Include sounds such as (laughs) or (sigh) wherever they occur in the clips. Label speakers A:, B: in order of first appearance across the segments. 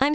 A: I'm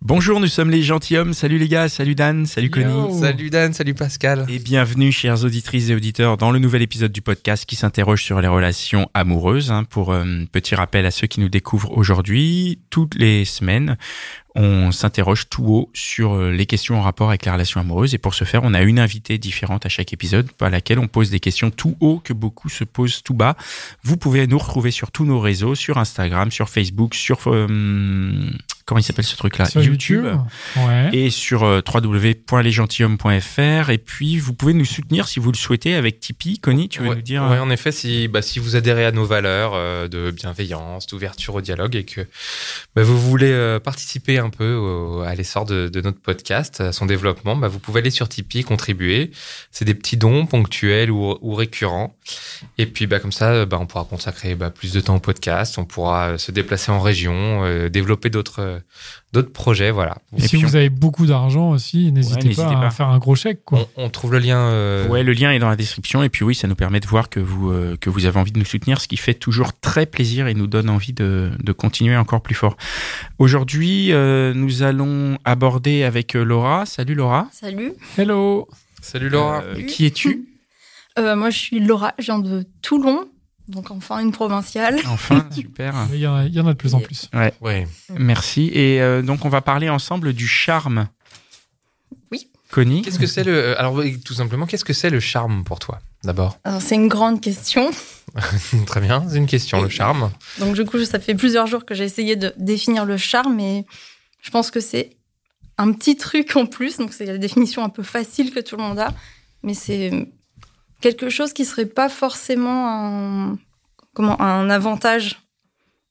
B: Bonjour, nous sommes les gentilshommes. Salut les gars, salut Dan, salut Connie.
C: Salut Dan, salut Pascal.
B: Et bienvenue, chers auditrices et auditeurs, dans le nouvel épisode du podcast qui s'interroge sur les relations amoureuses. hein. pour euh, petit rappel à ceux qui nous découvrent aujourd'hui, toutes les semaines, on s'interroge tout haut sur euh, les questions en rapport avec la relation amoureuse. Et pour ce faire, on a une invitée différente à chaque épisode, à laquelle on pose des questions tout haut que beaucoup se posent tout bas. Vous pouvez nous retrouver sur tous nos réseaux, sur Instagram, sur Facebook, sur... euh, comment il s'appelle ce truc-là
C: Ah,
D: Sur YouTube. Ouais.
B: et sur euh, www.lesgentilhommes.fr. Et puis, vous pouvez nous soutenir si vous le souhaitez avec Tipeee. Connie, tu veux
C: ouais,
B: nous dire euh,
C: ouais, en effet, si, bah, si vous adhérez à nos valeurs euh, de bienveillance, d'ouverture au dialogue et que bah, vous voulez euh, participer un peu au- à l'essor de, de notre podcast, à son développement, bah, vous pouvez aller sur Tipeee, contribuer. C'est des petits dons ponctuels ou, ou récurrents. Et puis, bah, comme ça, euh, bah, on pourra consacrer bah, plus de temps au podcast, on pourra euh, se déplacer en région, euh, développer d'autres euh, d'autres projets. Voilà.
D: Et si
C: puis,
D: vous avez beaucoup d'argent aussi,
B: Ouais,
D: n'hésitez
B: n'hésitez
D: pas,
B: pas.
D: à faire un gros chèque. Quoi.
C: on, on trouve le lien. euh,
B: Ouais, le lien est dans la description. Et puis oui, ça nous permet de voir que vous, euh, que vous avez envie de nous soutenir, ce qui fait toujours très plaisir et nous donne envie de, de continuer encore plus fort. Aujourd'hui, euh, nous allons aborder avec euh, Laura. Salut Laura.
E: Salut.
D: Hello
C: Salut Laura.
B: Euh, qui es-tu
E: Euh, moi, je suis Laura, je viens de Toulon, donc enfin une provinciale.
B: Enfin,
C: (laughs)
B: super.
C: Ah.
D: Mais Il y, en a- il y en a de plus en plus.
C: Ouais.
B: Merci. Et euh, donc, on va parler ensemble du charme.
E: Oui.
B: Connie
C: Qu'est-ce que c'est le euh, alors oui, tout simplement qu'est-ce que c'est le charme pour toi d'abord (laughs)
E: Alors, Euh, c'est une grande question.
C: Très bien, c'est une question le charme.
E: Donc, du coup, ça fait plusieurs jours que j'ai essayé de définir le charme et je pense que c'est un petit truc en plus. Donc, c'est la définition un peu facile que tout le monde a, mais c'est quelque chose qui serait pas forcément un, comment, un avantage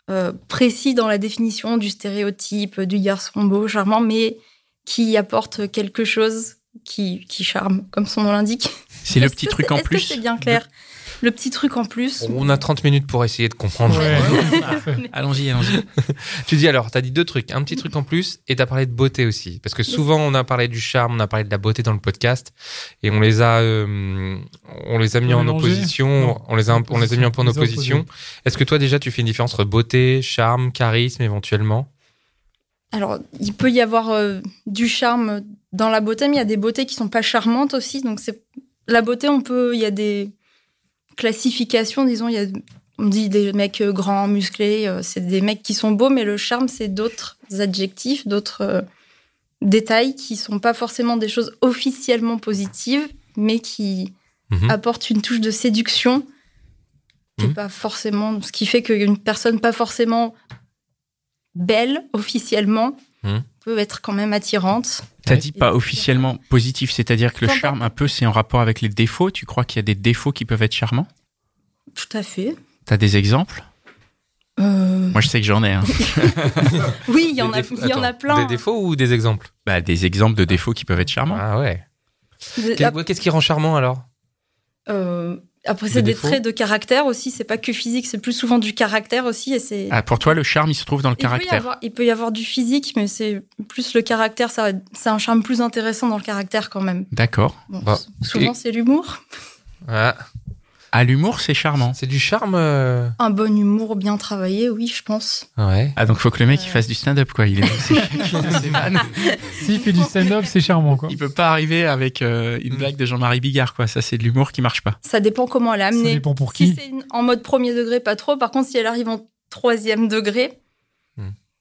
E: euh, précis dans la définition du stéréotype du garçon beau, charmant, mais qui apporte quelque chose qui, qui charme, comme son nom l'indique.
B: C'est le
E: Est-ce
B: petit
E: que
B: truc
E: c'est-
B: en
E: est-ce
B: plus.
E: que c'est bien clair. Le petit truc en plus.
C: On a 30 minutes pour essayer de comprendre.
D: Ouais.
B: Allons-y, allons-y.
C: (laughs) Tu dis alors, tu as dit deux trucs, un petit truc en plus et tu as parlé de beauté aussi parce que souvent on a parlé du charme, on a parlé de la beauté dans le podcast et on les a euh, on les a mis en
D: Mélangés
C: opposition,
D: Non.
C: on les a on les a mis un peu en
D: Les opposés.
C: opposition. Est-ce que toi déjà tu fais une différence entre beauté, charme, charisme éventuellement
E: Alors, il peut y avoir euh, du charme dans la beauté, mais il y a des beautés qui sont pas charmantes aussi. Donc, c'est la beauté, on peut, il y a des classifications, disons, il y a, on dit des mecs euh, grands, musclés, euh, c'est des mecs qui sont beaux, mais le charme, c'est d'autres adjectifs, d'autres euh, détails qui sont pas forcément des choses officiellement positives, mais qui
C: Mhm.
E: apportent une touche de séduction, qui est
C: Mhm.
E: pas forcément, ce qui fait qu'une personne pas forcément belle officiellement
C: Mhm.
E: peut être quand même attirante.
B: T'as dit pas officiellement positif, c'est-à-dire que le
E: Comment
B: charme, un peu, c'est en rapport avec les défauts. Tu crois qu'il y a des défauts qui peuvent être charmants
E: Tout à fait.
B: T'as des exemples
E: Euh,
B: Moi, je sais que j'en ai. hein.
E: Oui, il y en
C: Des
E: a,
C: défauts-
E: il y en a
C: Attends,
E: plein. Mmh.
C: Des défauts ou des exemples
B: Bah, des exemples de défauts qui peuvent être charmants.
C: Ah ouais.
E: Des-
C: Qu'est- ouais, Qu'est-ce qui rend charmant alors
E: euh, après,
C: Des
E: c'est des,
C: défauts
E: traits de caractère aussi. C'est pas que physique, c'est plus souvent du caractère aussi. Et c'est.
B: Ah, pour toi, le charme, il se trouve dans le
E: il, peut y
B: caractère.
E: avoir, il peut y avoir du physique, mais c'est plus le caractère. ça- C'est un charme plus intéressant dans le caractère quand même.
B: D'accord.
E: Bon,
C: Bah,
E: s- souvent, c'est l'humour.
C: Ah,
B: À l'humour, c'est charmant.
C: c'est du charme euh,
E: Un bon humour bien travaillé, oui, je pense.
C: Ouais.
B: Ah, donc faut que le
E: Euh.
B: mec il fasse du stand-up, quoi. Il, est...
E: (laughs)
D: S'il fait du stand-up, c'est charmant. Quoi.
B: il peut pas arriver avec euh,
E: Mm.
B: une blague de Jean-Marie Bigard, quoi. Ça, c'est de l'humour qui marche pas.
E: Ça dépend comment elle a
D: Ça
E: amené.
D: dépend pour
E: si
D: qui.
E: c'est une- en mode premier degré, pas trop. Par contre, si elle arrive en troisième degré,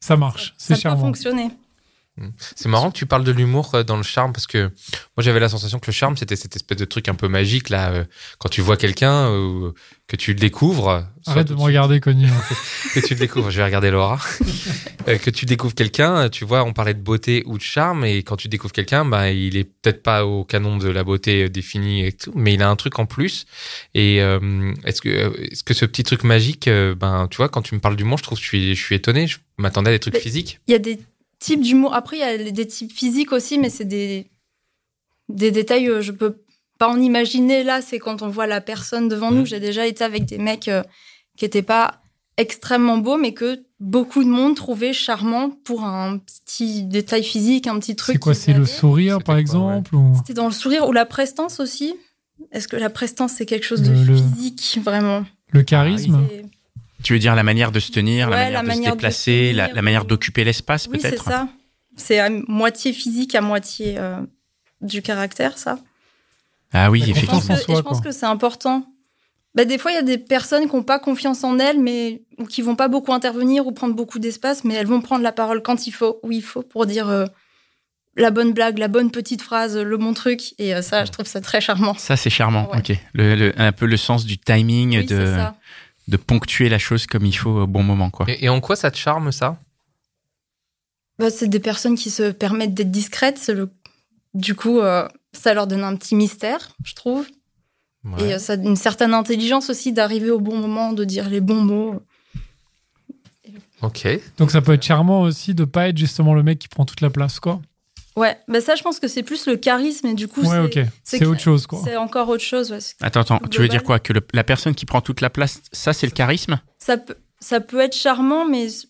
D: Ça marche, c'est
E: ça peut
D: charmant.
E: fonctionner.
C: C'est marrant que tu parles de l'humour euh, dans le charme parce que moi j'avais la sensation que le charme c'était cette espèce de truc un peu magique là euh, quand tu vois quelqu'un euh, que tu le découvres euh, soit
D: Arrête
C: tout
D: de
C: de suite-
D: me regarder, Connie.
C: que tu le découvres je vais regarder
D: (laughs)
C: Laura Euh, que tu découvres quelqu'un euh, tu vois on parlait de beauté ou de charme et quand tu découvres quelqu'un bah il est peut-être pas au canon de la beauté euh, définie et tout mais il a un truc en plus et euh, est-ce que euh, est-ce que ce petit truc magique euh, ben tu vois quand tu me parles d'humour je trouve que je suis je suis étonné je m'attendais à des trucs
E: Mais-
C: physiques
E: Il y a des types d'humour. Après, il y a les- des types physiques aussi, mais c'est des, des détails, euh, je peux pas en imaginer. Là, c'est quand on voit la personne devant
D: Mmh.
E: nous. J'ai déjà été avec des mecs euh, qui étaient pas extrêmement beaux, mais que beaucoup de monde trouvait charmant pour un petit détail physique, un petit truc.
D: C'est quoi
E: qu'ils
D: C'est le
E: avaient.
D: sourire,
C: C'était
D: par
C: quoi,
D: exemple ou...
E: C'était dans le sourire ou la prestance aussi. Est-ce que la prestance, c'est quelque chose de
D: Le- le-
E: physique, vraiment
D: Le charisme
E: C'est-
B: Tu veux dire la manière de se tenir, la
E: Ouais,
B: manière
E: la
B: de
E: manière
B: se
E: de
B: déplacer,
E: se
B: la,
E: tenir.
B: la manière d'occuper l'espace
E: Oui, c'est
B: peut-être
E: ça. C'est à moitié physique, à moitié euh, du caractère, ça.
B: Ah oui,
D: La
E: Je pense
D: Confiance
E: que,
D: en
B: effectivement.
D: soi,
E: et je pense
D: quoi.
E: que c'est important. Bah, des fois, il y a des personnes qui n'ont pas confiance en elles, mais ou qui vont pas beaucoup intervenir ou prendre beaucoup d'espace, mais elles vont prendre la parole quand il faut, où il faut, pour dire euh, la bonne blague, la bonne petite phrase, le bon truc. Et euh, ça, je trouve ça très charmant.
B: Ça, c'est charmant,
E: Ouais.
B: ok. Le- le- un peu le sens du timing,
E: Oui, c'est
B: de,
E: ça.
B: de ponctuer la chose comme il faut au bon moment, quoi.
C: et, et en quoi ça te charme ça
E: Bah, c'est des personnes qui se permettent d'être discrètes. c'est le- Du coup, euh, ça leur donne un petit mystère, je trouve.
C: Ouais.
E: Et euh, ça a une certaine intelligence aussi d'arriver au bon moment, de dire les bons mots.
C: ok
D: Donc ça peut être charmant aussi de pas être justement le mec qui prend toute la place, quoi.
E: Ouais, bah ça, je pense que c'est plus le charisme et du coup,
D: Ouais, ok.
E: c'est-
D: C'est autre chose, quoi.
E: c'est encore autre chose. ouais. C'est-
B: Attends, attends, tu veux
E: Global.
B: dire quoi Que le- la personne qui prend toute la place, ça, c'est le charisme
E: Ça, peut, ça peut être charmant, mais c-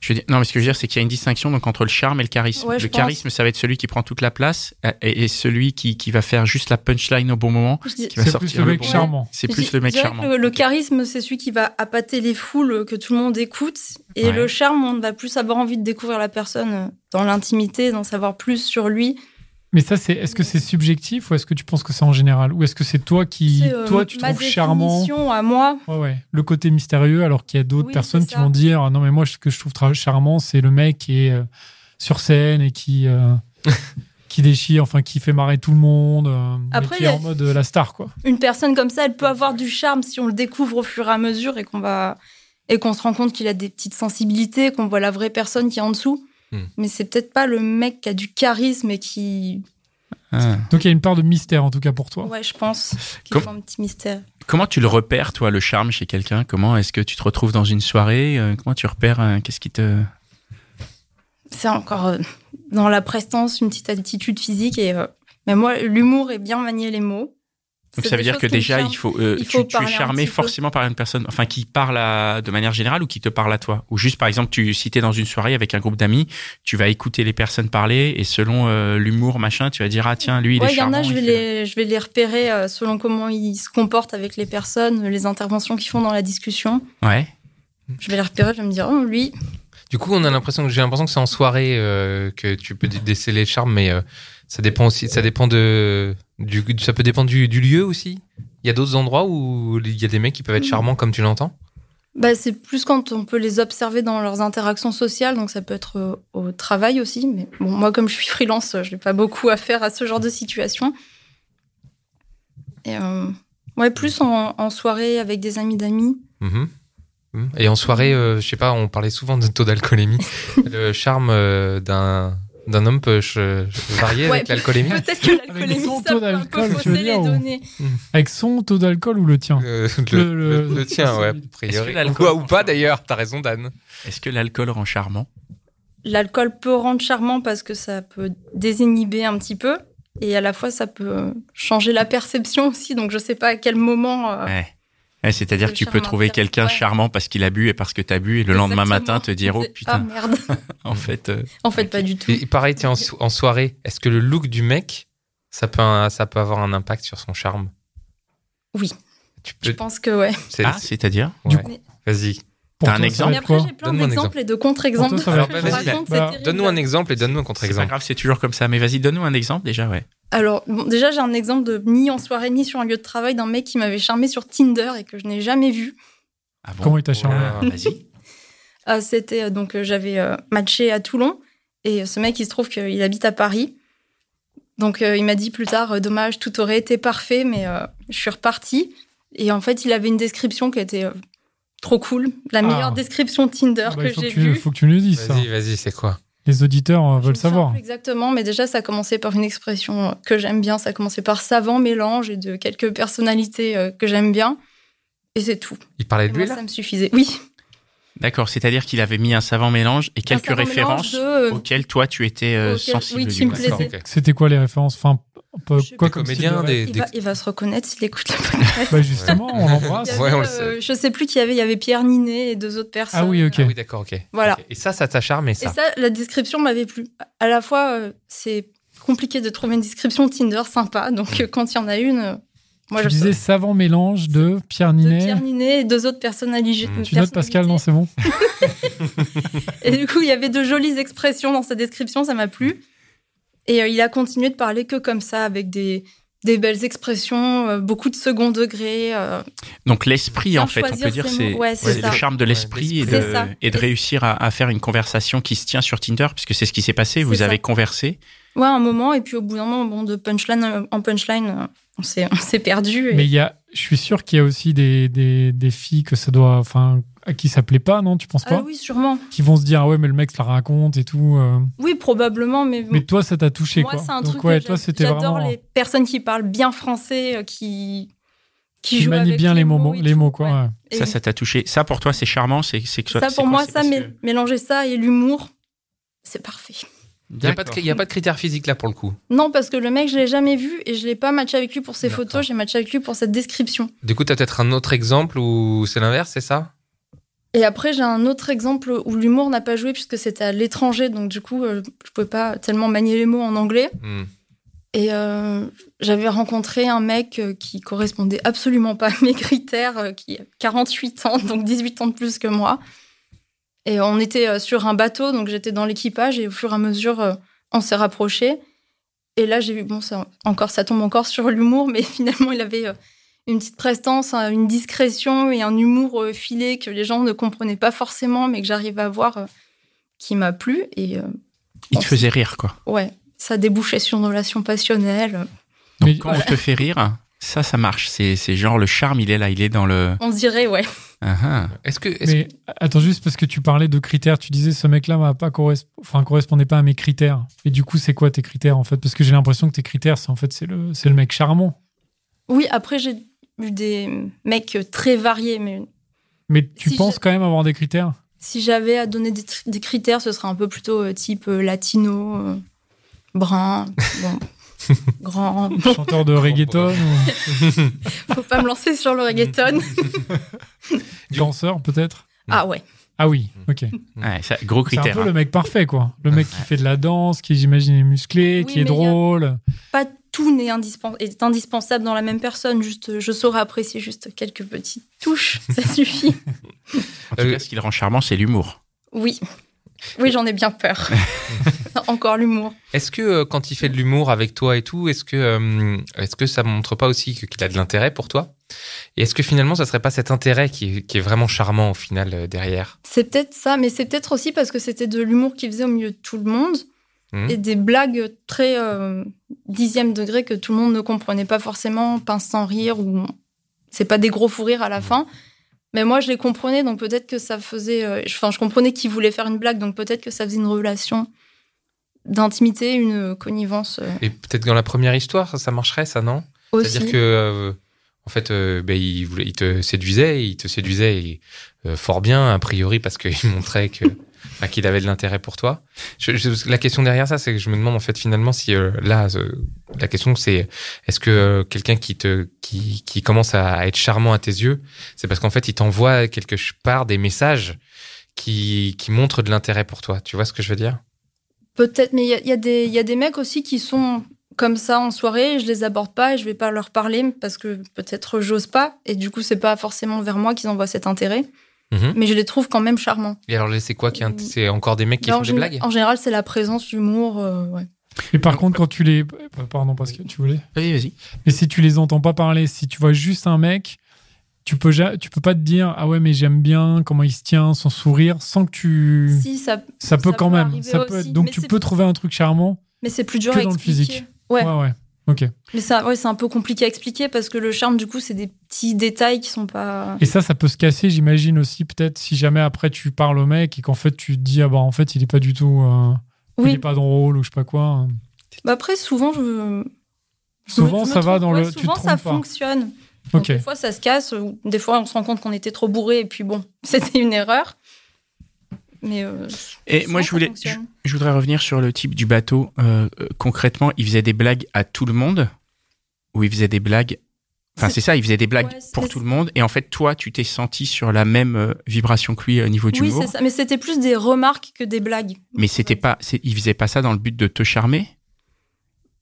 B: je veux dire, Non, mais ce que je veux dire, c'est qu'il y a une distinction donc, entre le charme et le charisme.
E: Ouais, je
B: le
E: pense.
B: charisme, ça va être celui qui prend toute la place euh, et, et celui qui, qui va faire juste la punchline au bon moment,
E: je dis-
B: qui va
D: C'est plus
B: sortir
D: le
B: le
D: mec
B: bon-
D: charmant.
B: C'est
E: je
B: plus
E: dis-
B: le mec
E: je dirais
B: charmant.
E: que Le, le charisme, c'est celui qui va appâter les foules, que tout le monde écoute. Et
B: Ouais.
E: le charme, on va plus avoir envie de découvrir la personne euh, dans l'intimité, d'en savoir plus sur lui.
D: Mais ça, c'est. Est-ce que c'est subjectif ou est-ce que tu penses que c'est en général Ou est-ce que c'est toi qui,
E: C'est, euh,
D: toi, tu
E: ma
D: trouves charmant
E: définition à moi.
D: Ouais, ouais. Le côté mystérieux, alors qu'il y a d'autres
E: Oui,
D: personnes
E: c'est
D: qui
E: ça.
D: vont dire Ah non mais moi ce que je trouve tra- charmant, c'est le mec qui est euh, sur scène et qui
E: (laughs)
D: euh, qui déchire, enfin qui fait marrer tout le monde, euh, mais
E: Après,
D: qui
E: il y
D: est
E: a-
D: en mode euh, la star quoi.
E: une personne comme ça, elle peut avoir du charme si on le découvre au fur et à mesure et qu'on va et qu'on se rend compte qu'il a des petites sensibilités, qu'on voit la vraie personne qui est en dessous.
C: Hmm.
E: Mais c'est peut-être pas le mec qui a du charisme et qui,
B: Ah.
D: Donc il y a une part de mystère en tout cas pour toi.
E: ouais, je pense, qui
B: Comme-
E: fait un petit mystère.
B: Comment tu le repères, toi, le charme chez quelqu'un Comment est-ce que tu te retrouves dans une soirée Euh, Comment tu repères euh, Qu'est-ce qui te...
E: C'est encore euh, dans la prestance, une petite attitude physique et euh, mais moi, l'humour est bien manier les mots.
B: Donc
E: C'est
B: ça veut
E: des
B: dire
E: choses
B: que
E: qui me
B: déjà,
E: charment.
B: il faut, euh,
E: Il
B: tu-
E: faut
B: tu, es
E: parler un
B: charmé
E: petit peu.
B: forcément par une personne, enfin qui parle à- de manière générale ou qui te parle à toi. Ou juste par exemple, tu si t'es dans une soirée avec un groupe d'amis, tu vas écouter les personnes parler et selon euh, l'humour machin, tu vas dire ah tiens lui il
E: Ouais,
B: est
E: il y en
B: charmant.
E: a, je vais,
B: il fait-
E: les, je vais les repérer euh, selon comment ils se comportent avec les personnes, les interventions qu'ils font dans la discussion.
B: Ouais. Hmm.
E: Je vais les repérer, je vais me dire, oh, lui,
C: Du coup, on a l'impression que j'ai l'impression que c'est en soirée euh, que tu peux dé- déceler le charme, mais euh, ça dépend aussi, ça dépend de, du, ça peut dépendre du, du lieu aussi. Il y a d'autres endroits où il y a des mecs qui peuvent être charmants comme tu l'entends.
E: Bah, c'est plus quand on peut les observer dans leurs interactions sociales, donc ça peut être euh, au travail aussi. Mais bon, moi, comme je suis freelance, euh, je n'ai pas beaucoup à faire à ce genre de situation. Et, euh, ouais, plus en, en soirée avec des amis d'amis.
C: Mhm. Mhm. Et en soirée, euh, je sais pas, on parlait souvent de taux d'alcoolémie. le charme euh, d'un d'un homme peut ch- varier
E: Ouais,
C: avec l'alcoolémie.
E: Peut-être
D: (laughs)
E: que
D: Avec
E: l'alcoolémie,
D: son
E: ça
D: taux
E: peut un peu
D: d'alcool, tu
E: fausser
D: veux
E: les
D: dire, ou-
E: données.
D: Avec son taux d'alcool ou le tien
C: Euh,
D: Le-
C: le,
D: le-
C: le- le tien, ouais. a
B: Est-ce
C: priori.
B: que l'alcool-
C: Ou pas d'ailleurs, t'as raison, Dan.
B: Est-ce que l'alcool rend charmant
E: L'alcool peut rendre charmant parce que ça peut désinhiber un petit peu. Et à la fois, ça peut changer la perception aussi. Donc, je ne sais pas à quel moment... euh,
B: Ouais. Ouais, C'est-à-dire
E: Le
B: que tu peux
E: charme
B: trouver
E: interne,
B: quelqu'un
E: ouais.
B: charmant parce qu'il a bu et parce que t'as bu et le lendemain
E: exactement,
B: matin te dire oh
E: c'est-
B: putain
E: Ah merde, (laughs)
B: en fait euh,
E: en fait, pas du tout.
C: Et pareil, t'es en, so- en soirée. Est-ce que le look du mec, ça peut, un- ça peut avoir un impact sur son charme
E: Oui.
C: Tu
E: Je
C: peux.
E: pense que ouais.
C: c'est-
B: ah c'est-à-dire
C: ouais.
D: Du coup-
C: Vas-y.
D: Pour
B: T'as un
D: toi, ça
B: exemple
D: va
E: Mais
D: être
E: après,
D: quoi
E: j'ai plein
C: Donne-moi un
E: d'exemples et de contre-exemples.
D: Pour toi, ça
E: Je
C: va être
E: vous
C: facile.
E: raconte, c'est
D: Bah,
E: terrible.
C: Donne-nous un exemple et donne-nous un
B: c'est pas
C: contre-exemple.
B: grave c'est toujours comme ça mais vas-y donne-nous un exemple déjà ouais
E: Alors, bon, déjà, j'ai un exemple de ni en soirée, ni sur un lieu de travail d'un mec qui m'avait charmé sur Tinder et que je n'ai jamais vu.
B: ah bon
D: Comment il t'a charmé
B: Ah, vas-y
E: Ah, C'était euh, donc, euh, j'avais euh, matché à Toulon Et ce mec, il se trouve qu'il habite à Paris. Donc euh, il m'a dit plus tard, euh, dommage, tout aurait été parfait, mais euh, je suis repartie. Et en fait, il avait une description qui était euh, trop cool, la meilleure
D: Ah.
E: description Tinder
D: Ah bah,
E: que
D: faut,
E: j'ai
D: que tu,
E: vue.
D: faut que tu nous dises ça.
C: Vas-y, vas-y, c'est quoi
D: Les auditeurs euh,
E: Je me
D: veulent
E: souviens
D: savoir.
E: plus Exactement, mais déjà ça commençait par une expression euh, que j'aime bien, ça commençait par savant mélange et de quelques personnalités euh, que j'aime bien. Et c'est tout.
C: Il parlait
E: Et
C: de
E: moi,
C: lui, là
E: ça me suffisait. Oui.
B: D'accord, c'est-à-dire qu'il avait mis un savant mélange et quelques
E: savant mélange
B: références
E: de, euh,
B: auxquelles toi tu étais euh,
E: auxquelles-
B: sensible.
E: oui,
B: du
E: qui me
B: coup.
E: plaisaient.
B: D'accord.
C: Ok.
D: C'était quoi les références Enfin, p-
E: Je-
D: quoi
C: Des
D: comme style de
C: comédiens,
D: ré-
C: des,
E: Il
C: des-
E: va, il va se reconnaître s'il écoute le podcast.
D: Bah justement, on l'embrasse.
E: Il y avait,
C: Ouais, on le
E: euh, je sais plus qui y avait, il y avait Pierre Ninet et deux autres personnes.
D: Ah oui, ok.
C: Ah oui, d'accord, ok.
E: Voilà.
C: Ok. Et ça, ça t'a charmé, ça.
E: Et ça, la description m'avait plu. À la fois, euh, c'est compliqué de trouver une description Tinder sympa, donc euh, quand il y en a une, euh, moi
D: tu
E: je
D: disais
E: sais
D: savant mélange de Pierre
E: de
D: Ninet.
E: Pierre Ninet et deux autres personnalités.
C: Mm.
D: Tu notes Pascal, non, c'est bon
E: Et du coup, il y avait de jolies expressions dans sa description, ça m'a plu. Et euh, il a continué de parler que comme ça, avec des, des belles expressions, euh, beaucoup de second degré. euh,
B: Donc l'esprit,
E: Bien
B: en fait, on
E: choisir
B: peut dire,
E: ses
B: c'est
E: mots. Ouais, c'est
B: c'est
E: ça.
B: le charme de
C: Ouais,
B: l'esprit et,
C: l'esprit.
B: de-
E: C'est ça.
B: et de réussir à, à faire une conversation qui se tient sur Tinder, puisque c'est ce qui s'est passé.
E: C'est
B: Vous
E: ça.
B: avez conversé.
E: ouais, un moment, et puis au bout d'un moment, bon, de punchline euh, en punchline, euh, on s'est on s'est perdu. et-
D: Mais il y a, je suis sûr qu'il y a aussi des, des, des filles que ça doit, enfin, à qui ça plaît pas, non Tu penses
E: Ah
D: pas
E: oui, sûrement.
D: Qui vont se dire ah ouais, mais le mec se la raconte et tout. euh.
E: Oui, probablement, mais bon.
D: Mais toi, ça t'a touché,
E: Moi,
D: quoi.
E: c'est un
D: Donc
E: truc
D: ouais,
E: que
D: toi,
E: j'a-
D: c'était
E: j'adore
D: vraiment
E: les personnes qui parlent bien français, euh, qui qui,
D: tu
E: jouent
D: manies
E: avec
D: bien les mots,
E: et
D: les
E: tout,
D: mots, quoi.
E: ouais.
D: ouais.
E: Et
B: Ça, ça t'a touché. Ça, pour toi, c'est charmant. C'est c'est que
E: ça,
B: c'est
E: pour
B: quoi
E: moi,
B: C'est
E: ça
B: parce
E: mé-
B: que-
E: mélanger ça et l'humour, c'est parfait.
C: Il n'y a, pas de cri- il y a pas de critère physique, là, pour le coup.
E: Non, parce que le mec, je l'ai jamais vu et je l'ai pas matché avec lui pour ses
C: D'accord.
E: photos, j'ai matché avec lui pour cette description.
C: Du coup, t'as peut-être un autre exemple où c'est l'inverse, c'est ça
E: Et après, j'ai un autre exemple où l'humour n'a pas joué puisque c'était à l'étranger, donc du coup, euh, je pouvais pas tellement manier les mots en anglais.
C: Hmm.
E: Et euh, j'avais rencontré un mec euh, qui correspondait absolument pas à mes critères, euh, qui a 48 ans, donc 18 ans de plus que moi. Et on était euh, sur un bateau, donc j'étais dans l'équipage, et au fur et à mesure, euh, on s'est rapprochés. Et là, j'ai vu, bon, ça, encore, ça tombe encore sur l'humour, mais (laughs) finalement, il avait euh, une petite prestance, hein, une discrétion et un humour euh, filé que les gens ne comprenaient pas forcément, mais que j'arrivais à voir euh, qui m'a plu. Et euh,
B: Il te faisait rire, quoi.
E: ouais, ça débouchait sur une relation passionnelle. euh,
B: Donc
D: Mais-
B: quand on te fait rire, ça, ça marche. C'est c'est genre le charme, il est là, il est dans le.
E: On dirait, ouais.
B: Ah, ah.
C: Est-ce que. est-ce
D: Mais attends juste parce que tu parlais de critères, tu disais ce mec-là m'a pas corresp- enfin, correspondait pas à mes critères. Et du coup, c'est quoi tes critères en fait Parce que j'ai l'impression que tes critères, c'est en fait c'est le c'est le mec charmant.
E: Oui, après, j'ai eu des mecs très variés, mais
D: Mais tu
E: Si
D: penses
E: je-
D: quand même avoir des critères
B: (laughs)
E: si j'avais à donner des, tr- des critères, ce serait un peu plutôt euh, type euh, latino, euh, (laughs) brun, bon, grand.
D: Chanteur de reggaeton,
B: bah.
D: ou
E: Faut pas me lancer sur le (laughs) reggaeton.
D: danseur peut-être
E: Ah ouais.
D: Ah oui,
B: Mm.
D: ok.
B: Ouais, ça, gros
D: C'est un
B: critère.
D: peu
B: hein.
D: le mec parfait quoi. Le mec qui fait de la danse, qui j'imagine est musclé,
E: Oui,
D: qui est
E: mais il y a-
D: drôle.
E: Pas tout n'est indispensable, est indispensable dans la même personne. Juste, euh, je saurais apprécier juste quelques petites touches. Ça (laughs) suffit.
B: En tout cas, ce qui le rend charmant, c'est l'humour.
E: Oui. Oui, j'en ai bien (laughs) peur. Encore l'humour.
C: Est-ce que euh, quand il fait de l'humour avec toi et tout, est-ce que euh, est-ce que ça montre pas aussi que- qu'il a de l'intérêt pour toi Et est-ce que finalement, ça serait pas cet intérêt qui est, qui est vraiment charmant au final euh, derrière
E: C'est peut-être ça, mais c'est peut-être aussi parce que c'était de l'humour qu'il faisait au milieu de tout le monde
C: Mhm.
E: et des blagues très euh, dixième degré que tout le monde ne comprenait pas forcément, pince sans rire ou c'est pas des gros fous rires à
C: Mmh.
E: la fin. Mais moi, je les comprenais, donc peut-être que ça faisait. euh, je- Enfin, je comprenais qu'il voulait faire une blague, donc peut-être que ça faisait une relation d'intimité, une connivence euh,
C: Et peut-être dans la première histoire, ça, ça marcherait, ça non
E: aussi.
C: C'est-à-dire que euh, en fait, euh, ben, il, voulait- il te séduisait, il te séduisait et, euh, fort bien a priori parce qu'il (laughs) montrait que enfin, qu'il avait de l'intérêt pour toi. Je- je- la question derrière ça, c'est que je me demande en fait finalement si euh, là euh, la question c'est est-ce que euh, quelqu'un qui te qui, qui commence à, à être charmant à tes yeux, c'est parce qu'en fait il t'envoie quelque part des messages qui qui montrent de l'intérêt pour toi. Tu vois ce que je veux dire
E: Peut-être, mais il y a, il y a des- il y a des mecs aussi qui sont comme ça en soirée, je les aborde pas et je vais pas leur parler parce que peut-être j'ose pas et du coup c'est pas forcément vers moi qu'ils envoient cet intérêt,
C: Mhm.
E: mais je les trouve quand même charmants.
C: Et alors c'est quoi qui est int-
E: Mm.
C: c'est encore des mecs qui
E: Mais en,
C: font des
E: gé-
C: blagues
E: en général, c'est la présence, l'humour, euh, ouais.
D: Mais par contre, quand tu les, pardon parce que tu voulais.
B: Vas-y, vas-y.
D: Mais si tu les entends pas parler, si tu vois juste un mec, tu peux, ja- tu peux pas te dire ah ouais mais j'aime bien comment il se tient son sourire sans que tu
E: Si, ça,
D: ça peut
E: ça
D: quand
E: peut
D: même
E: arriver
D: ça peut
E: aussi.
D: être- donc
E: Mais
D: tu
E: c'est-
D: peux trouver un truc charmant
E: mais c'est plus dur
D: Que
E: à
D: dans le
E: expliquer.
D: physique.
E: Ouais.
D: ouais, ok
E: Mais ça, ouais, c'est un peu compliqué à expliquer parce que le charme, du coup, c'est des petits détails qui sont pas.
D: et ça ça peut se casser j'imagine aussi peut-être si jamais après tu parles au mec et qu'en fait tu te dis ah bah en fait il est pas du tout euh, il est
E: Oui.
D: pas drôle ou je sais pas quoi
E: Bah après, souvent, je. je me-
D: souvent
E: je me
D: ça va
E: trompe.
D: dans
E: Ouais,
D: le tu te
E: Souvent, ça
D: trompes pas
E: fonctionne. Donc,
D: ok
E: Des fois, ça se casse. ou Des fois, on se rend compte qu'on était trop bourré et puis bon, (laughs) c'était une erreur. Mais. euh,
B: Et
E: souvent,
B: moi, je
E: ça
B: voulais, je,
E: fonctionne.
B: je voudrais revenir sur le type du bateau. Euh, euh, concrètement, il faisait des blagues à tout le monde ou il faisait des blagues. Enfin,
E: C'est-
B: c'est ça, il faisait des blagues
E: Ouais, c'est-
B: pour tout le monde. Et en fait, toi, tu t'es senti sur la même euh, vibration que lui au niveau du
E: Oui,
B: mot.
E: c'est ça. Mais c'était plus des remarques que des blagues.
B: Mais c'était pas, c'est- il faisait pas ça dans le but de te charmer.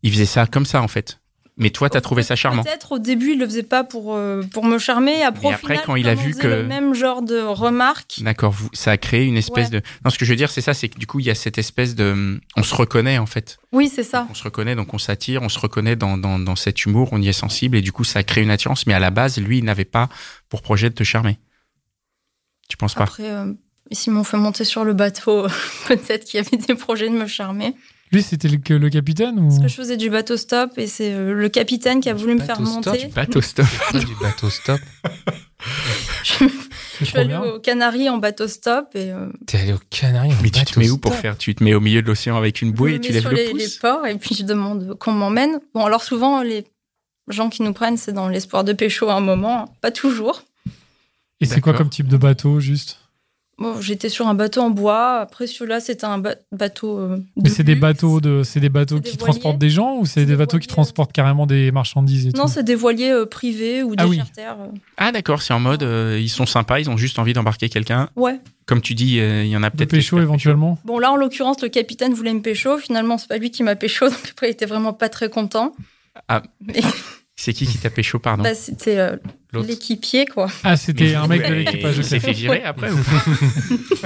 B: Il faisait ça comme ça, en fait. Mais toi, t'as trouvé ça charmant.
E: Peut-être au début, il le faisait pas pour, euh, pour me charmer. Après,
B: Mais
E: au
B: après,
E: final,
B: quand il a
E: comme on
B: vu
E: faisait
B: que- Bah,
E: Le même genre de remarques.
B: D'accord, vous- ça a créé une espèce de. Non, ce que je veux dire, c'est ça, c'est que du coup, il y a cette espèce de. hum, On se reconnaît, en fait.
E: Oui, c'est ça.
B: On se reconnaît, donc on s'attire, on se reconnaît dans, dans, dans cet humour, on y est sensible, et du coup, ça crée une attirance. Mais à la base, lui, il n'avait pas pour projet de te charmer. Tu penses pas
E: Après, euh, s'ils m'ont fait monter sur le bateau, (laughs) peut-être qu'il y avait des projets de me charmer.
D: lui c'était le, que le capitaine ou
E: Parce que je faisais du bateau stop et c'est euh, le capitaine qui a voulu me faire
C: bateau stop,
E: monter.
C: du
B: Bateau stop.
C: (laughs) Pas du bateau stop.
E: Je
D: C'est
E: suis
D: trop
E: allée
D: bien
E: aux Canaries en bateau stop et euh,
C: T'es allé au Canaries en
B: Mais tu
C: bateau
B: te mets où
C: stop.
B: pour faire Tu te mets au milieu de l'océan avec une
E: je
B: bouée
E: me
B: et tu
E: mets
B: lèves
E: sur
B: le
E: les, les
B: pouce
E: ports et puis je demande qu'on m'emmène. Bon, alors souvent, les gens qui nous prennent, c'est dans l'espoir de pécho à un moment, hein. pas toujours.
D: et c'est quoi
B: D'accord.
D: comme type de bateau juste
E: Bon, j'étais sur un bateau en bois, après celui-là, c'était un ba- bateau. euh, de
D: mais c'est des
E: luxe.
D: bateaux de c'est des bateaux
E: C'est
D: qui
E: des
D: transportent
E: voiliers.
D: des gens ou c'est
E: C'est
D: des
E: des
D: bateaux qui
E: voiliers.
D: transportent carrément des marchandises et
E: Non,
D: tout
E: c'est des voiliers euh, privés ou des
D: Ah oui.
E: charters. euh.
B: Ah, d'accord, c'est en mode, euh, ils sont sympas, ils ont juste envie d'embarquer quelqu'un.
E: Ouais.
B: Comme tu dis, euh, il y en a
D: de
B: peut-être.
D: pécho
B: qui-
D: éventuellement
E: Bon, là, en l'occurrence, le capitaine voulait me pécho. Finalement, c'est pas lui qui m'a pécho, (laughs) donc après, il était vraiment pas très content.
B: Ah.
E: Mais
B: C'est qui qui t'a pécho, pardon
E: bah, c'était euh,
C: L'autre.
E: l'équipier, quoi.
D: ah c'était un mec de
B: Mais
D: l'équipage
B: Il s'est
D: ok.
B: fait virer après ou pas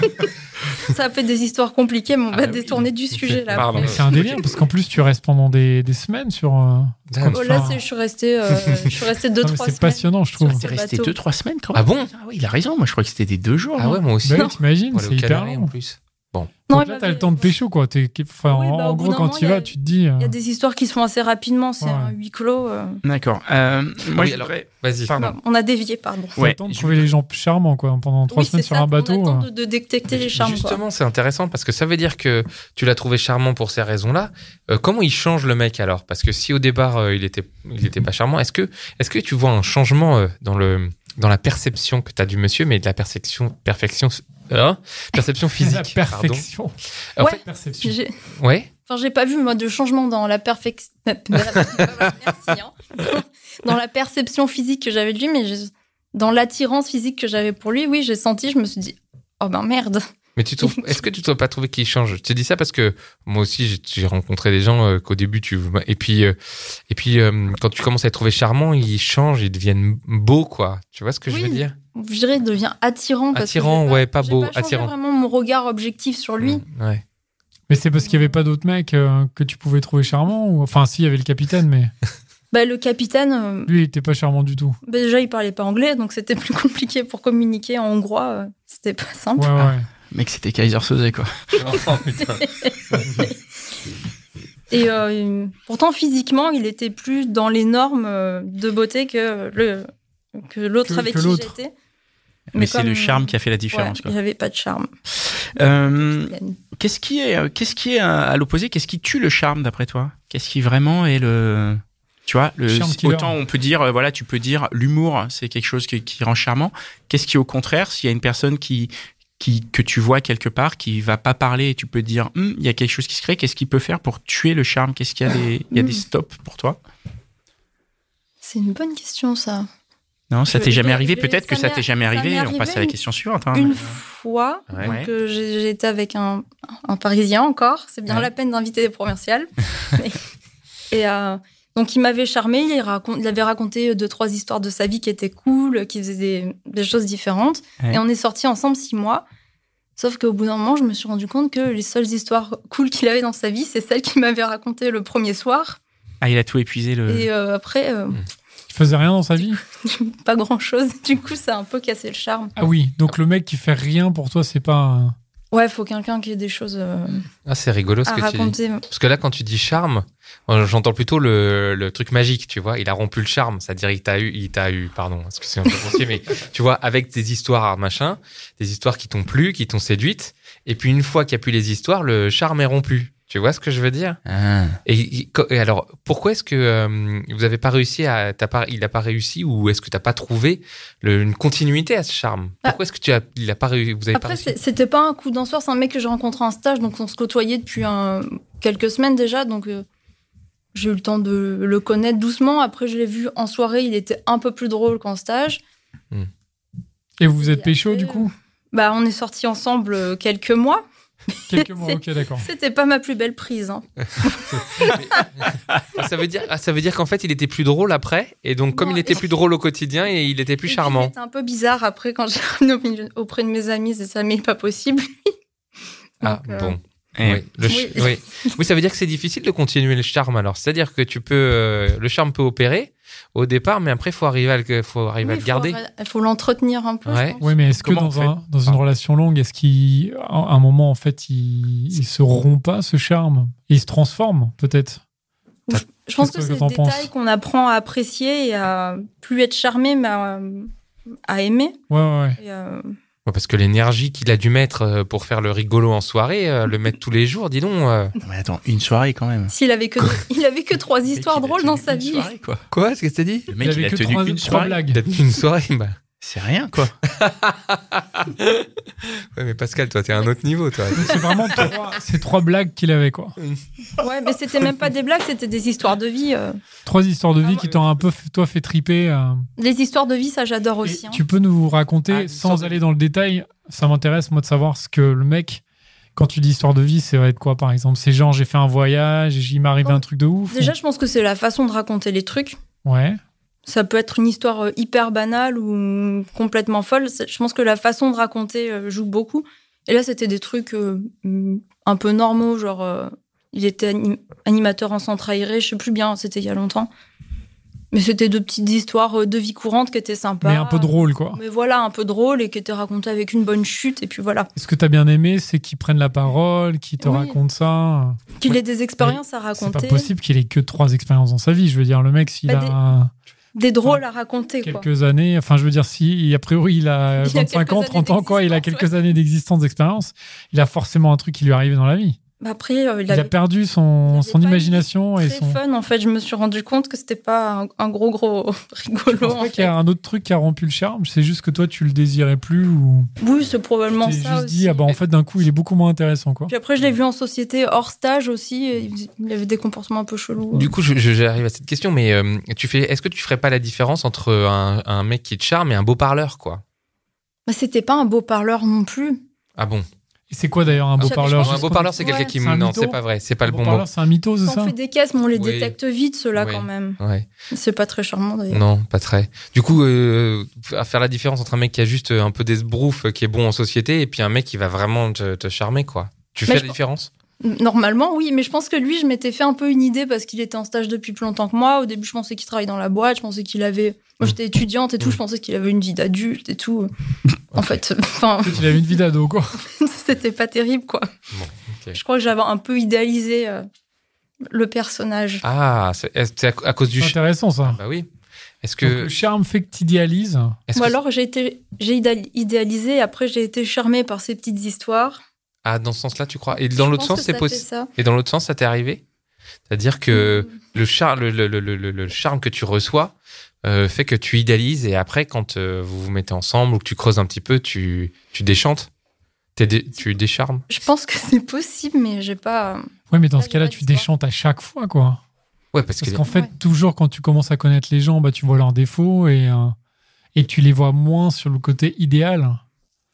E: Ça a fait des histoires compliquées, mais on
B: Ah
E: va
B: bah oui.
E: détourner du sujet, là.
C: Pardon.
E: après.
D: C'est un délire parce qu'en plus tu restes pendant des, des semaines sur. euh,
C: Damn.
E: Oh, là,
D: Enfin.
E: c'est- je suis restée, euh, je suis restée
D: (laughs)
E: deux,
D: non, mais
E: trois
D: c'est
E: semaines.
D: passionnant, je trouve.
E: Sur
B: T'es
E: ces
B: resté
E: bateaux.
B: 2-3 semaines quand
C: Ah
B: même.
C: bon
B: Ah oui, il a raison. Moi, je crois que c'était des deux jours.
C: Ah
B: non
C: ouais, moi aussi.
D: Bah oui,
C: Pour
D: t'imagines,
C: aller au
D: c'est hyper
C: Canaries en
D: long.
C: plus. Bon,
E: Non,
D: Donc
E: il
D: là,
E: m'a
D: t'as le
E: fait-
D: temps de pécho, quoi. T'es- qu'est- enfin,
E: Oui,
D: en
E: bah, au
D: en
E: bout
D: gros,
E: d'un
D: quand
E: moment,
D: tu
E: il y a-
D: vas, tu te dis. euh,
E: Il y a des histoires qui se font assez rapidement, c'est
D: Ouais.
E: un huis clos. euh.
B: D'accord. Euh, moi,
C: Oui,
B: je
C: alors-
B: voudrais-
C: vas-y.
B: Pardon.
E: On a dévié, pardon.
D: t'as
B: Ouais,
D: le temps de
B: je-
D: trouver les gens charmants, quoi. Pendant trois
E: Oui,
D: semaines
E: c'est
D: sur
E: ça,
D: un bateau.
E: On attend
D: euh,
E: de, de détecter les charmes. quoi.
C: Justement, c'est intéressant parce que ça veut dire que tu l'as trouvé charmant pour ces raisons-là. Euh, comment il change le mec alors Parce que si au départ euh, il était il était pas charmant, est-ce que est-ce que tu vois un changement euh, dans le dans la perception que tu as du monsieur mais de la perception perfection hein perception
D: (laughs) la
C: physique pardon.
D: perfection.
C: En
E: Ouais.
C: fait,
D: Perception.
E: J'ai-
C: ouais.
E: Enfin, j'ai pas vu moi de changement dans la (laughs) perfection. (laughs) dans la perception physique que j'avais de lui, mais je- dans l'attirance physique que j'avais pour lui, oui, j'ai senti. Je me suis dit, oh ben merde.
C: Mais tu
E: (laughs)
C: trouves, est-ce que tu t'as pas trouvé qu'il change Je te dis ça parce que moi aussi j'ai- j'ai rencontré des gens euh, qu'au début tu et puis euh, et puis euh, quand tu commences à les trouver charmants, ils changent, ils deviennent beaux quoi. Tu vois ce que je
E: Oui.
C: veux dire
E: Je dirais, il devient attirant. Parce que
C: Attirant,
E: j'ai
C: ouais, pas
E: j'ai
C: beau,
E: changé
C: attirant. Mm.
E: Vraiment mon regard objectif sur lui.
C: Mmh, Ouais.
D: Mais c'est parce qu'il n'y avait pas d'autres mecs euh, que tu pouvais trouver charmants ou... Enfin, si, il y avait le capitaine, mais
E: Bah, le capitaine, euh,
D: lui, il était pas charmant du tout.
E: bah, déjà, il parlait pas anglais, donc c'était (laughs) plus compliqué pour communiquer en hongrois. euh, C'était pas simple.
D: Ouais, ouais.
B: Mec, c'était Kaiser Soze, quoi.
E: Et euh, pourtant, physiquement, il était plus dans les normes euh, de beauté que le que l'autre
D: Que-
E: avec
D: que
E: qui
D: l'autre.
E: j'étais.
B: Mais, c'est
E: comme- euh,
B: le charme qui a fait la
E: Ouais,
B: différence, quoi.
E: il avait pas de charme.
B: Euh,
E: Glenn.
B: qu'est-ce qui est, euh, qu'est-ce qui est euh, à l'opposé Qu'est-ce qui tue le charme, d'après toi Qu'est-ce qui vraiment est le. Tu vois, le,
D: Charme killer.
B: autant on peut dire, euh, voilà, tu peux dire l'humour, c'est quelque chose qui, qui rend charmant. Qu'est-ce qui, au contraire, s'il y a une personne qui, qui, que tu vois quelque part, qui va pas parler et tu peux dire, Hum, il y a quelque chose qui se crée, qu'est-ce qu'il peut faire pour tuer le charme Qu'est-ce qu'il y a des, il y a des
E: Hmm.
B: stops pour toi
E: C'est une bonne question, ça.
B: Non, ça
E: Je-
B: t'est
E: je-
B: jamais arrivé
E: je-
B: Peut-être
E: ça
B: que ça
E: m'est-
B: t'est jamais
E: ça m'est
B: arrivé. On
E: arrivé
B: passe à la
E: une-
B: question suivante. hein.
E: Une fois
C: Ouais.
B: Ouais.
E: que j'ai j'ai été avec un, un Parisien encore, c'est bien
B: Ouais.
E: la peine d'inviter
C: (laughs)
E: des provinciales. Mais- et euh, donc, il m'avait charmé. Il, racon- il avait raconté deux, trois histoires de sa vie qui étaient cool, qui faisaient des, des choses différentes.
B: Ouais.
E: Et on est sortis ensemble six mois. Sauf qu'au bout d'un moment, je me suis rendu compte que les seules histoires cool qu'il avait dans sa vie, c'est celles qu'il m'avait racontées le premier soir.
B: Ah, il a tout épuisé. Le...
E: Et euh, après, euh,
C: Hmm.
B: il
D: faisait rien dans sa vie
E: pas grand chose. (laughs) Du coup, ça a un peu cassé le charme.
D: Ah oui, donc le mec qui fait rien pour toi, c'est pas. un-
E: Ouais, faut quelqu'un qui ait des choses euh,
C: Ah, c'est rigolo ce
E: à
C: que tu dis.
E: raconter.
C: Parce que là, quand tu dis charme, moi, j'entends plutôt le, le truc magique, tu vois. Il a rompu le charme, c'est-à-dire il t'a eu, il t'a eu, pardon, excusez moi
E: (laughs)
C: mais tu vois, avec des histoires, machin, des histoires qui t'ont plu, qui t'ont séduite, et puis une fois qu'il n'y a plus les histoires, le charme est rompu. Tu vois ce que je veux dire
B: Ah.
C: et, et co- et alors, pourquoi est-ce que euh, vous avez pas réussi à, t'as pas, il n'a pas réussi ou est-ce que t'as pas trouvé le- une continuité à ce charme Pourquoi est-ce que tu as, il a pas, réu- vous avez pas
E: Ah. Après,
C: réussi
E: c'est- c'était pas un coup d'un soir, c'est un mec que j'ai rencontré en stage, donc on se côtoyait depuis un- quelques semaines déjà, donc euh, j'ai eu le temps de le connaître doucement. Après, je l'ai vu en soirée, il était un peu plus drôle qu'en stage.
D: Et vous vous êtes
E: Et après,
D: pécho du coup
E: Bah, on est sortis ensemble euh, quelques mois.
D: Quelques mois,
E: c'est-
D: ok,
C: Oh.
D: d'accord.
E: C'était pas ma plus belle prise. hein.
C: Ah, Ça veut dire, ah, ça veut dire qu'en fait, il était plus drôle après, et donc comme
E: Non,
C: il était
E: et-
C: plus drôle au quotidien, et il était plus
E: Et puis,
C: charmant.
E: C'était un peu bizarre après quand j'ai (laughs) revenu au milieu- auprès de mes amis, c'est ça, mais pas possible.
C: Ah
E: euh,
C: bon.
B: Eh,
C: oui. Le ch-
E: Oui.
C: oui. Oui, ça veut dire que c'est difficile de continuer le charme. Alors, c'est-à-dire que tu peux, euh, le charme peut opérer au départ, mais après, faut arriver à le, faut arriver à Bah,
E: Oui,
C: le
E: faut
C: garder.
E: avoir- Il faut l'entretenir un peu. je
C: Ouais.
E: pense.
D: Oui, mais est-ce que
C: Comment on
D: dans,
C: fait
D: un- dans une
B: Ah.
D: relation longue, est-ce qu'à un moment, en fait, il, il se rompt pas ce charme Il se transforme, peut-être
E: Je pense que
D: Qu'est-ce
E: c'est
D: que
E: des
D: t'en penses
E: détails qu'on apprend à apprécier et à plus être charmé, mais à, à aimer.
D: Ouais, ouais, ouais.
E: Et, euh,
C: Ouais, parce que l'énergie qu'il a dû mettre euh, pour faire le rigolo en soirée, euh, le mettre tous les jours, dis donc. euh,
B: Mais attends, une soirée quand même.
E: S'il avait que il
B: (laughs)
E: avait que trois
B: Le
E: histoires
B: mec, il a
E: drôles
B: tenu
E: dans sa
B: une
E: vie.
B: soirée, (laughs) quoi.
C: Quoi Ce que t'as dit
B: Le mec,
D: Il
B: il,
D: avait
B: a
D: que
B: tenu
D: trois,
B: une
D: trois
B: soirée.
D: blagues.
C: T'as tenu une soirée bah.
B: C'est rien, quoi.
C: Ouais, mais Pascal, toi, t'es à un autre niveau, toi.
D: C'est vraiment trois, c'est trois blagues qu'il avait, quoi.
E: Ouais, mais c'était même pas des blagues, c'était des histoires de vie. euh.
D: Trois histoires de vie
C: Ah,
D: qui t'ont un peu, fait- toi, fait triper. euh.
E: Les histoires de vie, ça j'adore
D: Et
E: aussi. hein.
D: Tu peux nous raconter,
C: Ah, une sorte
D: sans
C: de-
D: aller dans le détail, ça m'intéresse, moi, de savoir ce que le mec, quand tu dis histoire de vie, ça va être quoi, par exemple C'est genre, j'ai fait un voyage, il m'est arrivé
E: Oh,
D: un truc de ouf
E: Déjà, je pense que c'est la façon de raconter les trucs.
D: ou- Ouais.
E: Ça peut être une histoire euh, hyper banale ou complètement folle. C'est- Je pense que la façon de raconter euh, joue beaucoup. Et là, c'était des trucs euh, mm, un peu normaux, genre euh, il était anim- animateur en centre aéré, je sais plus bien, c'était il y a longtemps. Mais c'était de petites histoires euh, de vie courante qui étaient sympas.
D: Mais un peu drôle, quoi.
E: bah, Mais voilà, un peu drôle et qui était raconté avec une bonne chute. Et puis voilà,
D: Ce que t'as bien aimé, c'est qu'ils prennent la parole, qu'ils te
E: Oui.
D: racontent ça.
E: qu'il ait des expériences à
D: C'est pas
E: raconter,
D: possible qu'il ait que trois expériences dans sa vie. Je veux dire, le mec, s'il
E: Bah,
D: a
E: des drôles à raconter. Quoi.
D: quelques années, enfin, je veux dire, si a priori il a
E: (laughs) Il a
D: 25 ans,
E: quelques
D: 30 ans,
E: années
D: quoi, il a
E: d'existence,
D: quelques années d'existence, d'expérience, il a forcément un truc qui lui est arrivé dans la vie.
E: Bah Après, euh, il
D: Il a
E: avait
D: perdu
E: il
D: son,
E: avait
D: son
E: pas une
D: imagination et
E: très
D: son.
E: fun. En fait, je me suis rendu compte que c'était pas un, un gros gros (laughs)
D: Je
E: rigolo.
D: pense
E: en
D: pas qu'il y
E: fait.
D: a un autre truc qui a rompu le charme, c'est juste que toi tu le désirais plus ou.
E: Oui, c'est
D: Tu
E: probablement
D: t'es
E: ça.
D: juste
E: aussi.
D: dit, ah bah en fait d'un coup il est beaucoup moins intéressant quoi.
E: Puis après, je l'ai vu en société hors stage aussi. et il faisait- Il avait des comportements un peu chelous.
C: Du coup, je- je- j'arrive à cette question, mais euh, tu fais, est-ce que tu ferais pas la différence entre un, un mec qui te charme et un beau parleur, quoi
E: Mais Bah, c'était pas un beau parleur non plus.
C: Ah bon
D: Et c'est quoi d'ailleurs un beau
E: J'avais-
D: parleur
E: je
C: Non, Un
D: Juste
C: beau
D: qu'on
C: parleur,
D: dit-
C: c'est quelqu'un qui.
D: C'est un
C: Non,
D: mytho.
C: c'est pas vrai, c'est pas
D: Un
C: le
D: beau
C: bon mot.
D: parleur, c'est un mytho, c'est
E: Quand
D: ça
E: on fait des caisses, mais on les
C: Oui.
E: détecte vite, ceux-là
C: Oui.
E: quand même.
C: Ouais.
E: C'est pas très charmant d'ailleurs.
C: Non, pas très. Du coup, euh, à faire la différence entre un mec qui a juste euh, un peu des sbroufs, qui est bon en société, et puis un mec qui va vraiment te, te charmer, quoi. Tu
E: Mais
C: fais
E: je
C: la
E: pense-
C: différence
E: Normalement, oui, mais je pense que lui, je m'étais fait un peu une idée parce qu'il était en stage depuis plus longtemps que moi. Au début, je pensais qu'il travaillait dans la boîte, je pensais qu'il avait.
C: Mm.
E: Moi, j'étais étudiante et tout, je pensais qu'il avait une vie d'adulte
C: (laughs)
E: et tout. En fait, (laughs) enfin,
D: En fait, Il avait une vie d'ado quoi.
E: c'était pas terrible, quoi.
C: Bon, ok.
E: Je crois que j'avais un peu idéalisé euh, le personnage.
C: Ah, c'est est-ce- c'est à, à cause du.
D: C'est
C: ch-
D: intéressant ça.
C: Bah oui. Est-ce
D: Donc,
C: que.
D: le charme fait que t'idéalises.
C: est-ce
E: Ou
C: que-
E: alors, j'ai été, j'ai idéal- idéalisé et après, j'ai été charmée par ces petites histoires.
C: Ah, dans ce sens-là, tu crois Et
E: Je
C: dans l'autre sens,
E: pense que
C: c'est
E: ça fait
C: possible.
E: ça.
C: Et dans l'autre sens, ça t'est arrivé C'est-à-dire que
E: Mm.
C: le, char- le, le- le- le- le charme que tu reçois euh, fait que tu idéalises, et après, quand euh, vous vous mettez ensemble ou que tu creuses un petit peu, tu, tu déchantes. T'es dé- tu décharmes.
E: Je pense que c'est possible, mais j'ai pas. euh,
D: Ouais, mais dans
E: Là,
D: ce
E: j'ai
D: cas-là,
E: pas
D: tu
E: d'histoire.
D: déchantes à chaque fois, quoi.
C: Ouais, parce que.
D: Parce qu'en fait,
E: Ouais.
D: toujours quand tu commences à connaître les gens, bah, tu vois leurs défauts et, euh, et tu les vois moins sur le côté idéal.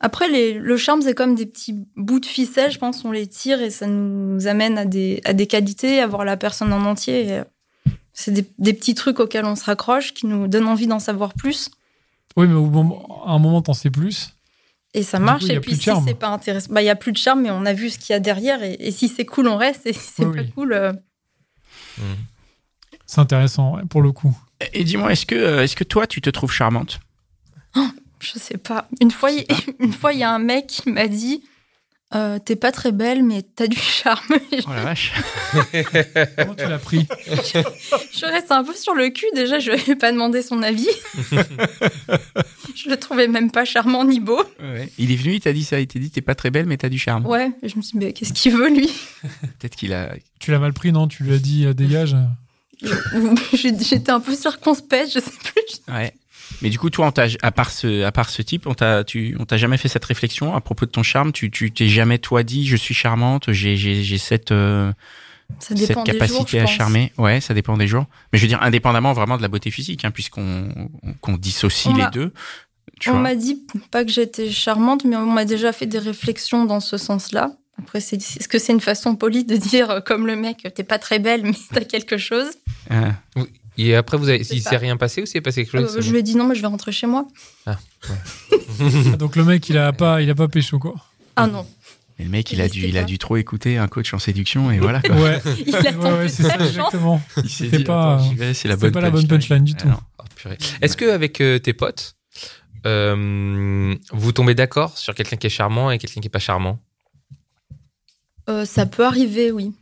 E: Après, les- le charme, c'est comme des petits bouts de ficelle, je pense, on les tire et ça nous amène à des, à des qualités, à voir la personne en entier. Et, euh, C'est des, des petits trucs auxquels on se raccroche, qui nous donnent envie d'en savoir plus.
D: Oui, mais au moment, à un moment, t'en sais plus.
E: Et ça
D: Du
E: marche.
D: coup, il y a
E: et
D: plus
E: puis,
D: de
E: si
D: charme.
E: c'est pas intéressant, bah, il y a plus de charme, mais on a vu ce qu'il y a derrière. Et, et si c'est cool, on reste. Et si c'est
D: Oui,
E: pas
D: oui.
E: cool, euh,
C: Mm.
D: C'est intéressant, ouais, pour le coup.
B: Et dis-moi, est-ce que, est que toi, tu te trouves charmante
E: Je sais pas. Une fois, il- (laughs) une fois, il y a un mec qui m'a dit euh, T'es pas très belle, mais t'as du charme. (laughs)
B: Oh la (laughs) vache
D: Comment tu l'as pris
E: je reste un peu sur le cul. Déjà, je lui ai pas demandé son
D: (laughs)
E: avis. je le trouvais même pas charmant ni beau.
B: Il est venu, il t'a dit ça, il t'a dit t'es pas très belle mais t'as du charme.
E: Ouais, je me suis dit Mais qu'est-ce qu'il veut, lui
B: Peut-être qu'il a...
D: Tu l'as mal pris, non Tu lui as dit euh, dégage.
E: J'ai- (laughs) J'étais un peu circonspecte, je sais plus.
B: Ouais. Mais du coup, toi, on t'a- à part ce, à part ce type, on t'a, tu, on t'a jamais fait cette réflexion à propos de ton charme. Tu, tu t'es jamais toi dit, je suis charmante, j'ai, j'ai, j'ai cette, euh,
E: Ça
B: cette
E: dépend des
B: capacité
E: jours, je
B: à
E: pense.
B: charmer. Ouais, ça dépend des jours. Mais je veux dire, indépendamment vraiment de la beauté physique, hein, puisqu'on, on- qu'on dissocie
E: On
B: les
E: m'a-
B: deux. Tu
E: On
B: vois.
E: m'a dit pas que j'étais charmante, mais on m'a déjà fait des réflexions dans ce sens-là. Après, c'est- est-ce que c'est une façon polie de (laughs) dire, euh, comme le mec, t'es pas très belle, mais t'as quelque chose
B: Ah.
C: Et après, vous avez,
E: C'est
C: il
E: ça.
C: s'est rien passé ou s'est passé quelque
E: Euh,
C: chose
E: Je lui ai dit non, mais je vais rentrer chez moi.
D: Ah, Donc le mec, il a pas, il a pas pécho quoi.
E: Ah
B: Mhm.
E: non,
B: Mais le mec, il
E: Il
B: a dû, il
E: restait
B: a
E: pas.
B: dû trop écouter un coach en séduction et voilà. Quoi.
D: Ouais.
E: il a
D: Ouais, ouais,
E: tenté
D: c'est ça,
E: sa chance.
D: exactement.
B: Il s'est
D: C'était
B: dit,
D: pas-
B: attends, j'y vais, c'est la
D: c'était
B: bonne
D: pas la bonne punchline du
B: Ah
D: tout.
B: non.
C: Oh, purée. Est-ce que avec euh, tes potes, euh, vous tombez d'accord sur quelqu'un qui est charmant et quelqu'un qui est pas charmant
E: Euh, ça peut arriver, oui.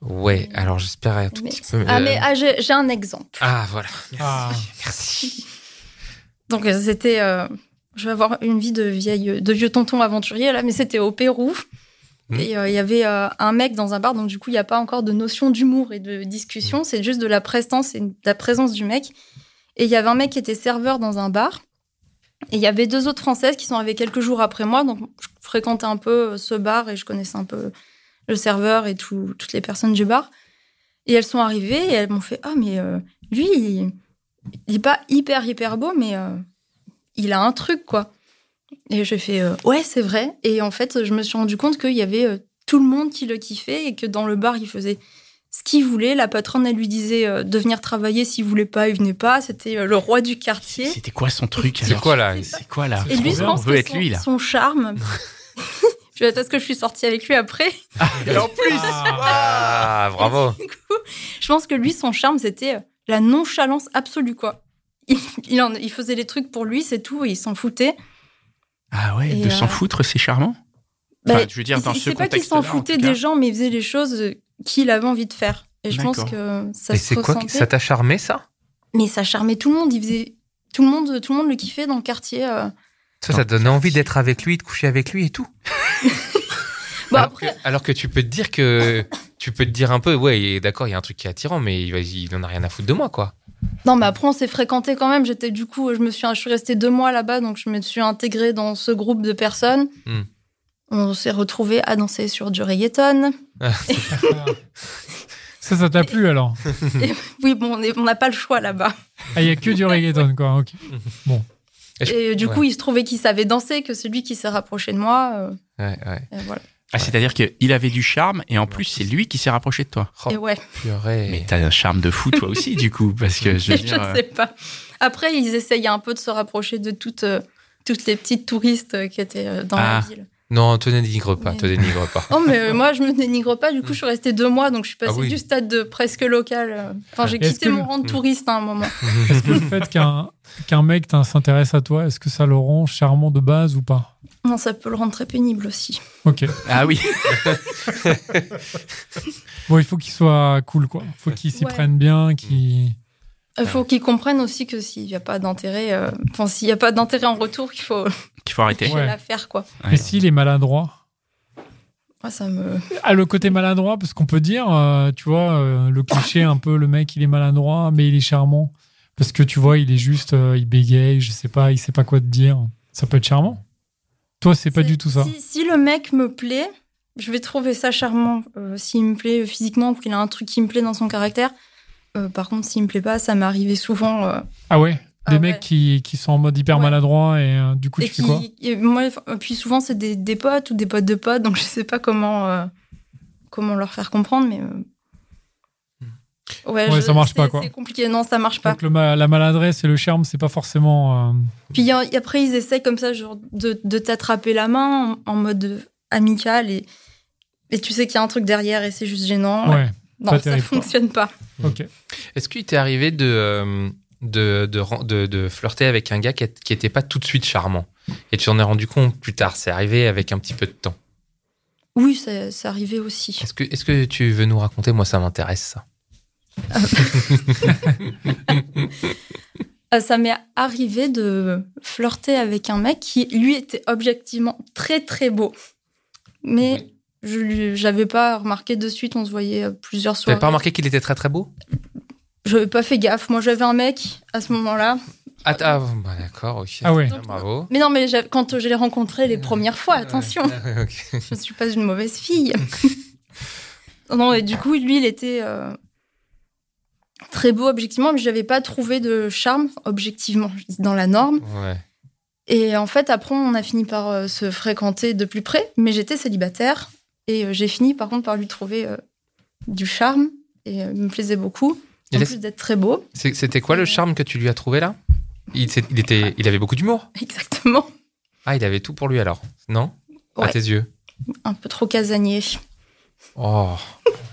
C: Ouais. Alors j'espère un tout
E: Mais-
C: petit peu.
E: Ah
C: euh,
E: mais ah, j'ai j'ai un exemple.
C: ah, voilà. (laughs)
D: Ah.
C: Merci.
E: Donc euh, c'était, euh, je vais avoir une vie de vieille, de vieux tonton aventurier là, mais c'était au Pérou.
C: Hmm.
E: Et euh, il y avait euh, un mec dans un bar, donc du coup il n'y a pas encore de notion d'humour et de discussion, c'est juste de la prestance et de la présence du mec. Et il y avait un mec qui était serveur dans un bar. Et il y avait deux autres Françaises qui sont arrivées quelques jours après moi, donc je fréquentais un peu euh, ce bar et je connaissais un peu le serveur et tout- toutes les personnes du bar. Et elles sont arrivées et elles m'ont fait Ah, mais euh, lui, il, il est pas hyper, hyper beau, mais euh, il a un truc, quoi. Et j'ai fait euh, Ouais, c'est vrai. Et en fait, je me suis rendu compte qu'il y avait euh, tout le monde qui le kiffait et que dans le bar, il faisait ce qu'il voulait. La patronne, elle lui disait euh, de venir travailler s'il voulait pas, il venait pas. C'était euh, le roi du quartier.
B: C'était quoi son truc
C: C'est
B: alors
C: quoi là
B: C'est quoi là
E: Et lui, je
D: bien,
B: On
E: pense
B: veut
E: que
B: être
E: son,
B: lui là. (laughs)
E: son charme. (laughs) Je vais attendre que je suis sortie avec lui après.
C: Et en plus.
D: Ah.
C: Ah, bravo.
E: (laughs) Du coup, je pense que lui, son charme, c'était euh, la nonchalance absolue, quoi. Il, il en- il faisait les trucs pour lui, c'est tout, et il s'en foutait.
B: Ah ouais,
E: Et,
B: de s'en
E: euh,
B: foutre, c'est charmant.
E: Bah,
B: je veux dire, dans
E: il,
B: ce
E: c'est pas qu'il
B: contexte-là.
E: s'en
B: en
E: foutait
B: tout cas.
E: des gens, mais il faisait les choses qu'il avait envie de faire. Et je pense
B: D'accord.
E: que ça
C: Mais
E: se
C: c'est quoi
E: ressentait.
C: que- Ça t'a charmé ça
E: Mais ça charmait tout le monde. Il faisait tout le monde, tout le monde le kiffait dans le quartier. euh.
C: Ça, ça te donnait envie d'être avec lui, de coucher avec lui et tout.
D: Bah,
E: Bon,
B: Bah,
C: alors,
E: après,
C: que, alors que tu peux te dire que tu peux te dire un peu, ouais, il est- d'accord, il y a un truc qui est attirant, mais il, va- il en a rien à foutre de moi, quoi.
E: non, mais après, on s'est fréquenté quand même. J'étais du coup, je me suis, je suis restée deux mois là-bas, donc je me suis intégrée dans ce groupe de personnes.
C: Hmm.
E: On s'est retrouvés à danser sur du reggaeton. (laughs)
D: Ça, ça t'a plu alors
E: Oui, bon, on est- on n'a pas le choix là-bas.
D: Ah, il y a que du reggaeton quoi. Ok.
C: Et je-
E: Et du
C: ouais.
E: coup, il se trouvait qu'il savait danser, que celui qui s'est rapproché de moi. euh,
C: Ouais, ouais.
E: et voilà.
B: Ah, c'est-à-dire qu'il avait du charme et en plus, c'est lui qui s'est rapproché de toi.
C: Oh,
E: Et ouais, (laughs)
C: purée.
B: Mais t'as un charme de fou toi aussi, du coup, parce
E: (laughs)
B: que je
E: je
B: veux dire. euh,
E: sais pas. Après, ils essayaient un peu de se rapprocher de toutes, euh, toutes les petites touristes euh, qui étaient euh, dans
B: Ah.
E: la ville.
C: Non, te dénigre pas,
E: Mais-
C: te dénigre
D: (laughs)
C: pas.
E: Oh,
C: (laughs)
E: mais moi, je me dénigre pas. Du coup, je suis restée deux mois, donc je suis passée
C: Hmm. Ah oui. Hmm.
E: du stade de presque local. euh, Enfin, j'ai
D: Est-ce
E: quitté
D: que
E: mon
D: le-
E: rang de touriste à un moment.
D: Est-ce que le fait qu'un qu'un mec t'in- s'intéresse à toi, est-ce que ça le rend charmant de base ou pas
E: Non, ça peut le rendre très pénible aussi.
D: Ok.
B: Ah oui. (laughs)
D: Bon, il faut qu'il soit cool quoi. Il faut qu'il s'y
E: Ouais.
D: prenne bien, qu'il.
E: Il Euh, faut qu'ils comprennent aussi que s'il n'y a pas d'intérêt, euh, enfin, s'il n'y a pas d'intérêt en retour, il faut (laughs)
B: Qu'il faut arrêter.
D: Ouais.
E: l'affaire, quoi.
B: Ouais.
D: Mais s'il est maladroit.
E: Moi, ça me.
D: Ah, le côté maladroit, parce qu'on peut dire, euh, tu vois, euh, le cliché un peu, le mec, il est maladroit, mais il est charmant. Parce que tu vois, il est juste, euh, il bégaye, je sais pas, il sait pas quoi te dire. Ça peut être charmant. Toi, c'est pas du tout ça.
E: Si, si le mec me plaît, je vais trouver ça charmant. Euh, s'il me plaît physiquement ou qu'il a un truc qui me plaît dans son caractère. Euh, par contre, s'il me plaît pas, ça m'est arrivé souvent. euh,
D: Ah ouais
E: Ah
D: Des
E: ouais.
D: mecs qui, qui sont en mode hyper
E: Ouais.
D: maladroit et euh, du coup,
E: et
D: tu fais quoi
E: qui- et moi, enfin, euh, puis souvent, c'est des, des potes ou des potes de potes, donc (laughs) je sais pas comment, euh, comment leur faire comprendre, mais. euh,
D: Ouais, ça marche
E: c'est-
D: pas, quoi.
E: C'est compliqué, non, ça marche pas.
D: Donc le ma- la maladresse et le charme, c'est pas forcément. euh,
E: Puis y a- y- après, ils essayent comme ça, genre, de, de t'attraper la main en, en mode amical et, et tu sais qu'il y a un truc derrière et c'est juste gênant.
D: Ouais.
E: Non,
D: Pas
E: ça
D: terrible, quoi.
E: fonctionne pas.
D: Ok.
C: Est-ce qu'il t'est arrivé de, euh, de, de, ren- de- de flirter avec un gars qui est- qui était pas tout de suite charmant Et tu t'en es rendu compte plus tard, c'est arrivé avec un petit peu de temps.
E: Oui, ça- ça arrivait aussi.
C: Est-ce que, est-ce que tu veux nous raconter Moi, ça m'intéresse, ça.
E: Euh, ça m'est arrivé de flirter avec un mec qui, lui, était objectivement très très beau. Mais je lui- j'avais pas remarqué de suite, on se voyait euh, plusieurs
C: Tu n'avais
E: soirées.
C: pas remarqué qu'il était très très beau
E: J'avais pas fait gaffe. Moi, j'avais un mec à ce moment-là.
C: Ah, t- ah, bah, d'accord, ok.
D: Ah ouais.
C: Bravo.
E: Mais non, mais j'a- quand je l'ai rencontré les premières fois, attention,
C: Euh, (laughs) Ouais, ok.
E: je ne suis pas une mauvaise fille. non, et du coup, lui, il était euh, très beau objectivement, mais je n'avais pas trouvé de charme, objectivement, je dis dans la norme.
C: Ouais.
E: Et en fait, après, on a fini par euh, se fréquenter de plus près, mais j'étais célibataire. Et euh, j'ai fini, par contre, par lui trouver euh, du charme. Et euh, il me plaisait beaucoup.
C: Il
E: En
C: est-
E: plus d'être très beau. (laughs)
C: C'est- C'était quoi le charme que tu lui as trouvé là il, s'est- il était, il avait beaucoup d'humour.
E: Exactement.
C: Ah, il avait tout pour lui alors Non À
E: Ouais.
C: tes yeux
E: Un peu trop casanier.
C: Oh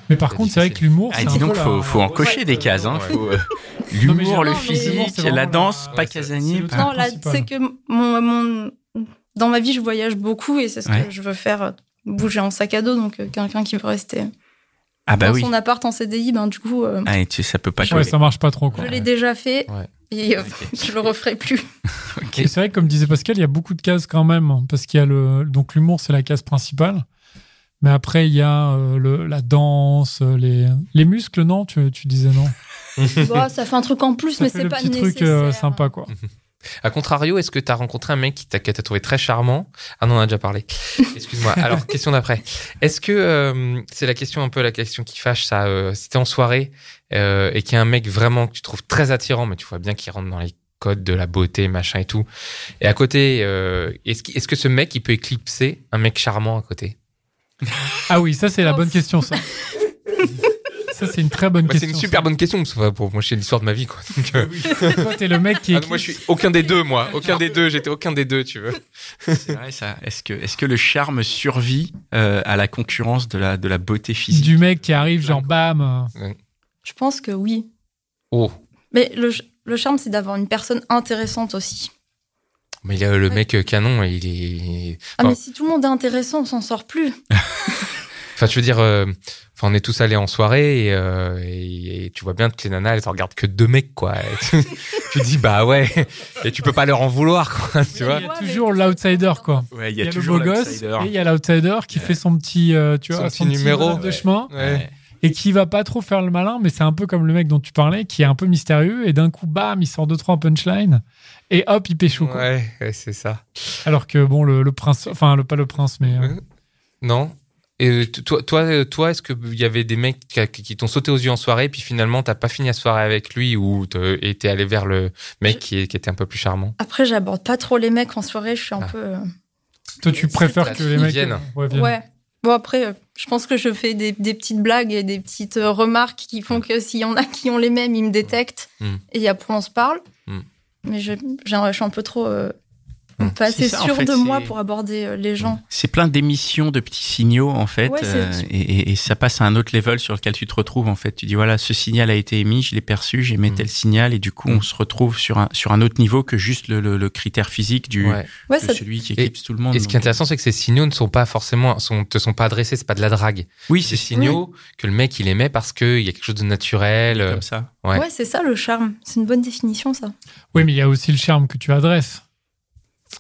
D: Mais par
C: C'est
D: contre, c'est vrai que
C: difficile.
D: l'humour,
B: Ah,
D: c'est
B: dis
D: un
B: donc,
D: peu la-
B: faut, faut en
D: Ouais.
B: cocher des cases. Hein.
C: Ouais.
B: Faut, euh,
D: Non,
B: L'humour,
D: mais j'ai-
B: le
D: non, mais l'humour,
B: physique,
D: c'est
B: la
D: vraiment
B: danse,
D: la-
B: pas
C: ouais, c'est-
D: c'est
B: casanier.
D: le
B: pas-
D: truc.
E: Non, là,
D: principal.
E: c'est que mon, mon- dans ma vie, je voyage beaucoup et c'est ce
B: Ouais.
E: que je veux faire, euh, bouger en sac à dos. Donc, euh, quelqu'un qui veut rester
B: Ah bah
E: dans
B: oui.
E: son appart en CDI, ben, du coup, euh,
B: Ah, et tu, ça peut pas
D: Ouais,
B: coller.
D: ça marche pas trop. Quoi.
E: je l'ai déjà fait
C: Ouais.
E: et euh,
C: Ok.
E: (laughs) je le
D: (laughs)
E: referai plus.
D: Et c'est vrai que, comme disait Pascal, il y a beaucoup de cases quand même. hein, Parce qu'il y a le. Donc, l'humour, c'est la case principale. Mais après, il y a euh, le- la danse, euh, les, les muscles, non tu, tu disais non.
E: Bon, ça fait un truc en plus,
D: Ça
E: (laughs) mais
D: fait
E: c'est
D: le
E: pas
D: petit
E: nécessaire.
D: truc euh, sympa, quoi.
C: A contrario, est-ce que tu as rencontré un mec qui t'a que t'as trouvé très charmant Ah non, on en a déjà (laughs) parlé. Excuse-moi. Alors, question d'après. Est-ce que euh, c'est la question un peu la question qui fâche ça euh, Si t'es en soirée euh, et qu'il y a un mec vraiment que tu trouves très attirant, mais tu vois bien qu'il rentre dans les codes de la beauté, machin et tout. Et à côté, euh, est-ce qu'il- est-ce que ce mec, il peut éclipser un mec charmant à côté
D: Ah oui, ça, c'est la
E: Oh.
D: bonne question,
E: (laughs)
D: ça. ça, c'est une très bonne
C: Bah, C'est
D: question.
C: une super bonne question, parce que enfin, pour moi, c'est l'histoire de ma vie. Quoi. Donc, euh,
D: ça. Toi, t'es le mec qui.
C: ah non, moi, je suis aucun des deux, moi. Aucun des deux. J'étais aucun des deux, tu veux.
B: C'est vrai, ça. Est-ce que, est-ce que le charme survit euh, à la concurrence de la, de la beauté physique
D: Du mec qui arrive, genre bam. euh,
E: Je pense que oui.
C: Oh.
E: Mais le, ch- le charme, c'est d'avoir une personne intéressante aussi.
C: Mais il y a le mec euh, canon, il est.
E: Ah,
C: Enfin,
E: mais si tout le monde est intéressant, on s'en sort plus.
C: Enfin, je veux dire, euh, enfin, on est tous allés en soirée et, euh, et- et tu vois bien que les nanas, elles en regardent que deux mecs, quoi. Et tu, (laughs) tu dis, bah ouais, et tu peux pas leur en vouloir, quoi, (laughs) tu vois.
D: Il y a toujours l'outsider, quoi.
B: Ouais, il
D: Il y a, le beau gosse
B: l'outsider.
D: et il y a l'outsider qui fait son petit, euh, tu vois,
C: Son petit numéro.
D: bonhomme de
C: Ouais.
D: chemin
C: Ouais.
D: et qui va pas trop faire le malin, mais c'est un peu comme le mec dont tu parlais, qui est un peu mystérieux et d'un coup, bam, il sort deux trois punchlines et hop, il pécho. quoi.
C: Ouais, ouais, c'est ça. Hein?
D: Alors que bon, le, le prince, enfin le pas le prince, mais euh,
C: Non Et t- toi, toi, euh, toi est-ce qu'il y avait des mecs qui, qui t'ont sauté aux yeux en soirée, puis finalement, t'as pas fini la soirée avec lui ou t'es et t'es allé vers le mec qui, est- qui était un peu plus charmant
E: Après, j'aborde pas trop les mecs en soirée, je suis un
C: Ah.
E: peu. euh,
D: toi tu
E: C'est
D: préfères
E: très-
D: que les
C: Ils
D: mecs euh,
C: viennent.
D: Ouais, viennent.
E: Ouais. Bon, après, euh, je pense que je fais des, des petites blagues et des petites euh, remarques qui font que s'il y en a qui ont les mêmes, ils me détectent.
C: Mm.
E: Et après, on se parle.
C: Mm.
E: Mais je, j'ai un- je suis un peu trop. euh,
C: Mm.
E: Pas assez
B: C'est ça, en
E: sûre
B: fait,
E: de
B: c'est-
E: moi pour aborder euh, les gens.
B: C'est plein d'émissions de petits signaux en fait, euh,
E: Ouais, c'est-
B: et, et- et ça passe à un autre level sur lequel tu te retrouves en fait. Tu dis voilà, ce signal a été émis, je l'ai perçu, j'ai émis
C: Mm.
B: tel signal, et du coup on se retrouve sur un sur un autre niveau que juste le, le- le critère physique du
C: Ouais.
E: Ouais,
B: de
E: ça-
B: celui qui éclipse tout le monde.
C: Et ce qui est
B: Donc,
C: intéressant, c'est que ces signaux ne sont pas forcément, sont, te sont pas adressés, c'est pas de la drague.
B: oui,
C: Ces
B: c'est
C: signaux que le mec, il aimait parce qu'il y a quelque chose de naturel. euh,
B: comme ça.
C: ouais.
E: ouais, c'est ça le charme. C'est une bonne
C: (laughs)
E: définition, ça.
D: Oui, mais il y a aussi le charme que tu adresses.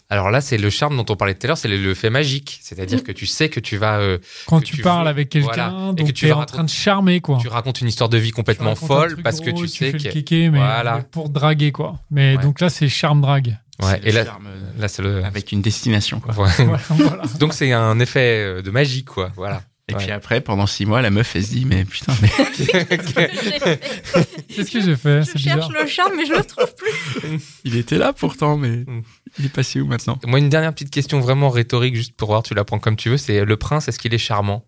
C: Alors là, c'est le charme dont on parlait tout à l'heure, c'est le, le fait magique. C'est-à-dire que tu sais que tu vas, euh,
D: Quand
C: Que
D: tu,
C: tu
D: parles
C: veux-
D: avec quelqu'un,
C: voilà. Et
D: donc
C: que
D: tu
C: tu
D: es
C: vas
D: en
C: raconter-
D: train de charmer quoi.
C: tu racontes une histoire de vie complètement
D: racontes un
C: folle
D: truc
C: parce que
D: gros,
C: tu sais
D: fais le
C: que.
D: kéké, mais
C: Voilà.
D: pour draguer quoi. Mais
C: Ouais.
D: donc là, c'est
C: (laughs)
D: charme drague.
C: Ouais,
B: C'est
C: et
B: le
C: là,
B: charme, euh,
C: là c'est le. (laughs)
B: avec une destination. Quoi.
C: Ouais.
D: Voilà, voilà.
C: Donc c'est un effet euh, de magie, quoi. Voilà.
B: Et
C: Ouais.
B: puis après, pendant six mois, la meuf elle se dit mais putain, mais
D: Qu'est-ce que j'ai fait
E: Je
D: C'est
E: cherche
D: bizarre.
E: le charme, mais je le trouve plus.
B: (laughs)
E: (laughs)
B: il était là pourtant, mais
C: Mm.
B: il est passé où maintenant
C: Moi, une dernière petite question vraiment rhétorique, juste pour voir, tu la prends comme tu veux. C'est euh, le prince, est-ce qu'il est charmant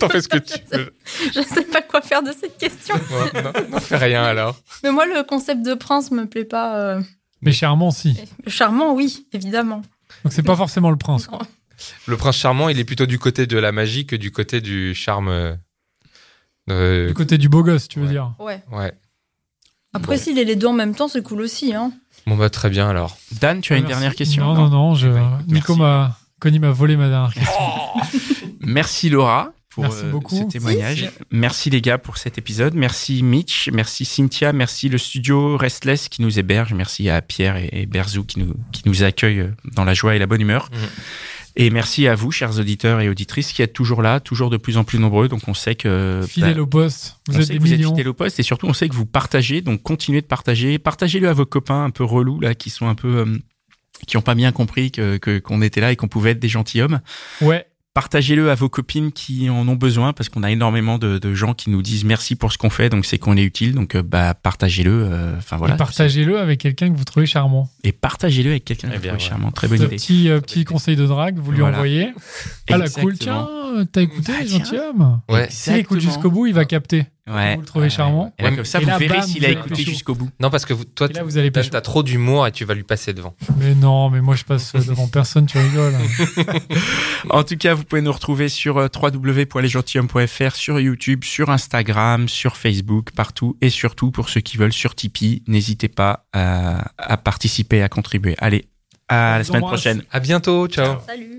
C: T'en fais ce que tu veux.
E: Je sais pas quoi faire de cette question.
C: Ouais, non, non, fais rien alors.
E: Mais moi, le concept de prince me plaît pas. euh,
D: Mais charmant, si.
E: Charmant, oui, évidemment.
D: Donc c'est pas forcément le prince. Quoi.
C: Le prince charmant, il est plutôt du côté de la magie que du côté du charme. euh, euh,
D: Du côté du beau gosse, tu veux
C: Ouais.
D: dire.
E: Ouais.
C: ouais.
E: Après, s'il est les deux en même temps, c'est cool aussi. Hein.
C: Bon, bah, très bien alors.
B: Dan, tu as une
D: Ah, Merci.
B: dernière question
D: Non, non, non. je-
B: Eh ben, écoute,
D: Nico
B: merci.
D: m'a. Connie m'a volé ma dernière question.
B: Merci Laura pour
D: Merci
B: euh,
D: beaucoup.
B: ce témoignage. Merci les gars pour cet épisode. Merci Mitch, merci Cynthia, merci le studio Restless qui nous héberge, merci à Pierre et, et Berzou qui nous, qui nous accueillent euh, dans la joie et la bonne humeur.
C: Mhm.
B: Et merci à vous, chers auditeurs et auditrices, qui êtes toujours là, toujours de plus en plus nombreux. Donc on sait que...
D: Fidèle
B: bah,
D: au poste. Vous
B: on
D: êtes
B: sait
D: des
B: que vous êtes
D: millions.
B: fidèles au poste et surtout on sait que vous partagez, donc continuez de partager. Partagez-le à vos copains un peu relous là, qui sont un peu, euh, qui n'ont pas bien compris que que- qu'on était là et qu'on pouvait être des gentilshommes.
D: Ouais.
B: Partagez-le à vos copines qui en ont besoin parce qu'on a énormément de, de gens qui nous disent merci pour ce qu'on fait, donc c'est qu'on est utile, donc euh, bah partagez-le. euh, Enfin voilà.
D: Et partagez-le avec quelqu'un que vous trouvez charmant.
B: Et partagez-le avec quelqu'un.
C: Eh
B: que vous
C: bien,
B: trouvez
C: ouais.
B: charmant. Très bonne
D: Le
B: idée.
D: petit, euh, petit conseil de drague, vous lui
B: Voilà.
D: envoyez. Ah la cool, tiens,
B: Exactement.
D: euh, t'as écouté,
B: Ah, tiens.
D: gentilhomme.
C: Ouais.
D: S'il écoute jusqu'au bout, il va capter.
B: Ouais.
D: Vous le trouvez charmant
B: Et là, comme ça,
D: Et
B: vous
D: là,
B: verrez
D: bam,
B: s'il
D: vous
B: a
D: allez
B: écouté
D: pécho.
B: jusqu'au bout.
C: Non, parce que vous- toi,
D: Et là, vous allez
C: t'as
D: pécho.
C: t'as trop d'humour et tu vas lui passer devant.
D: Mais non, mais moi je
B: (laughs)
D: passe euh, devant personne, tu rigoles.
B: En tout cas, vous pouvez nous retrouver sur euh, www.lesgentilhommes.fr, sur YouTube, sur Instagram, sur Facebook, partout. Et surtout, pour ceux qui veulent, sur Tipeee, n'hésitez pas à, à participer, à contribuer. Allez, à la
D: Vous
B: semaine
D: embrasse.
B: prochaine.
C: À bientôt, ciao.
E: Salut.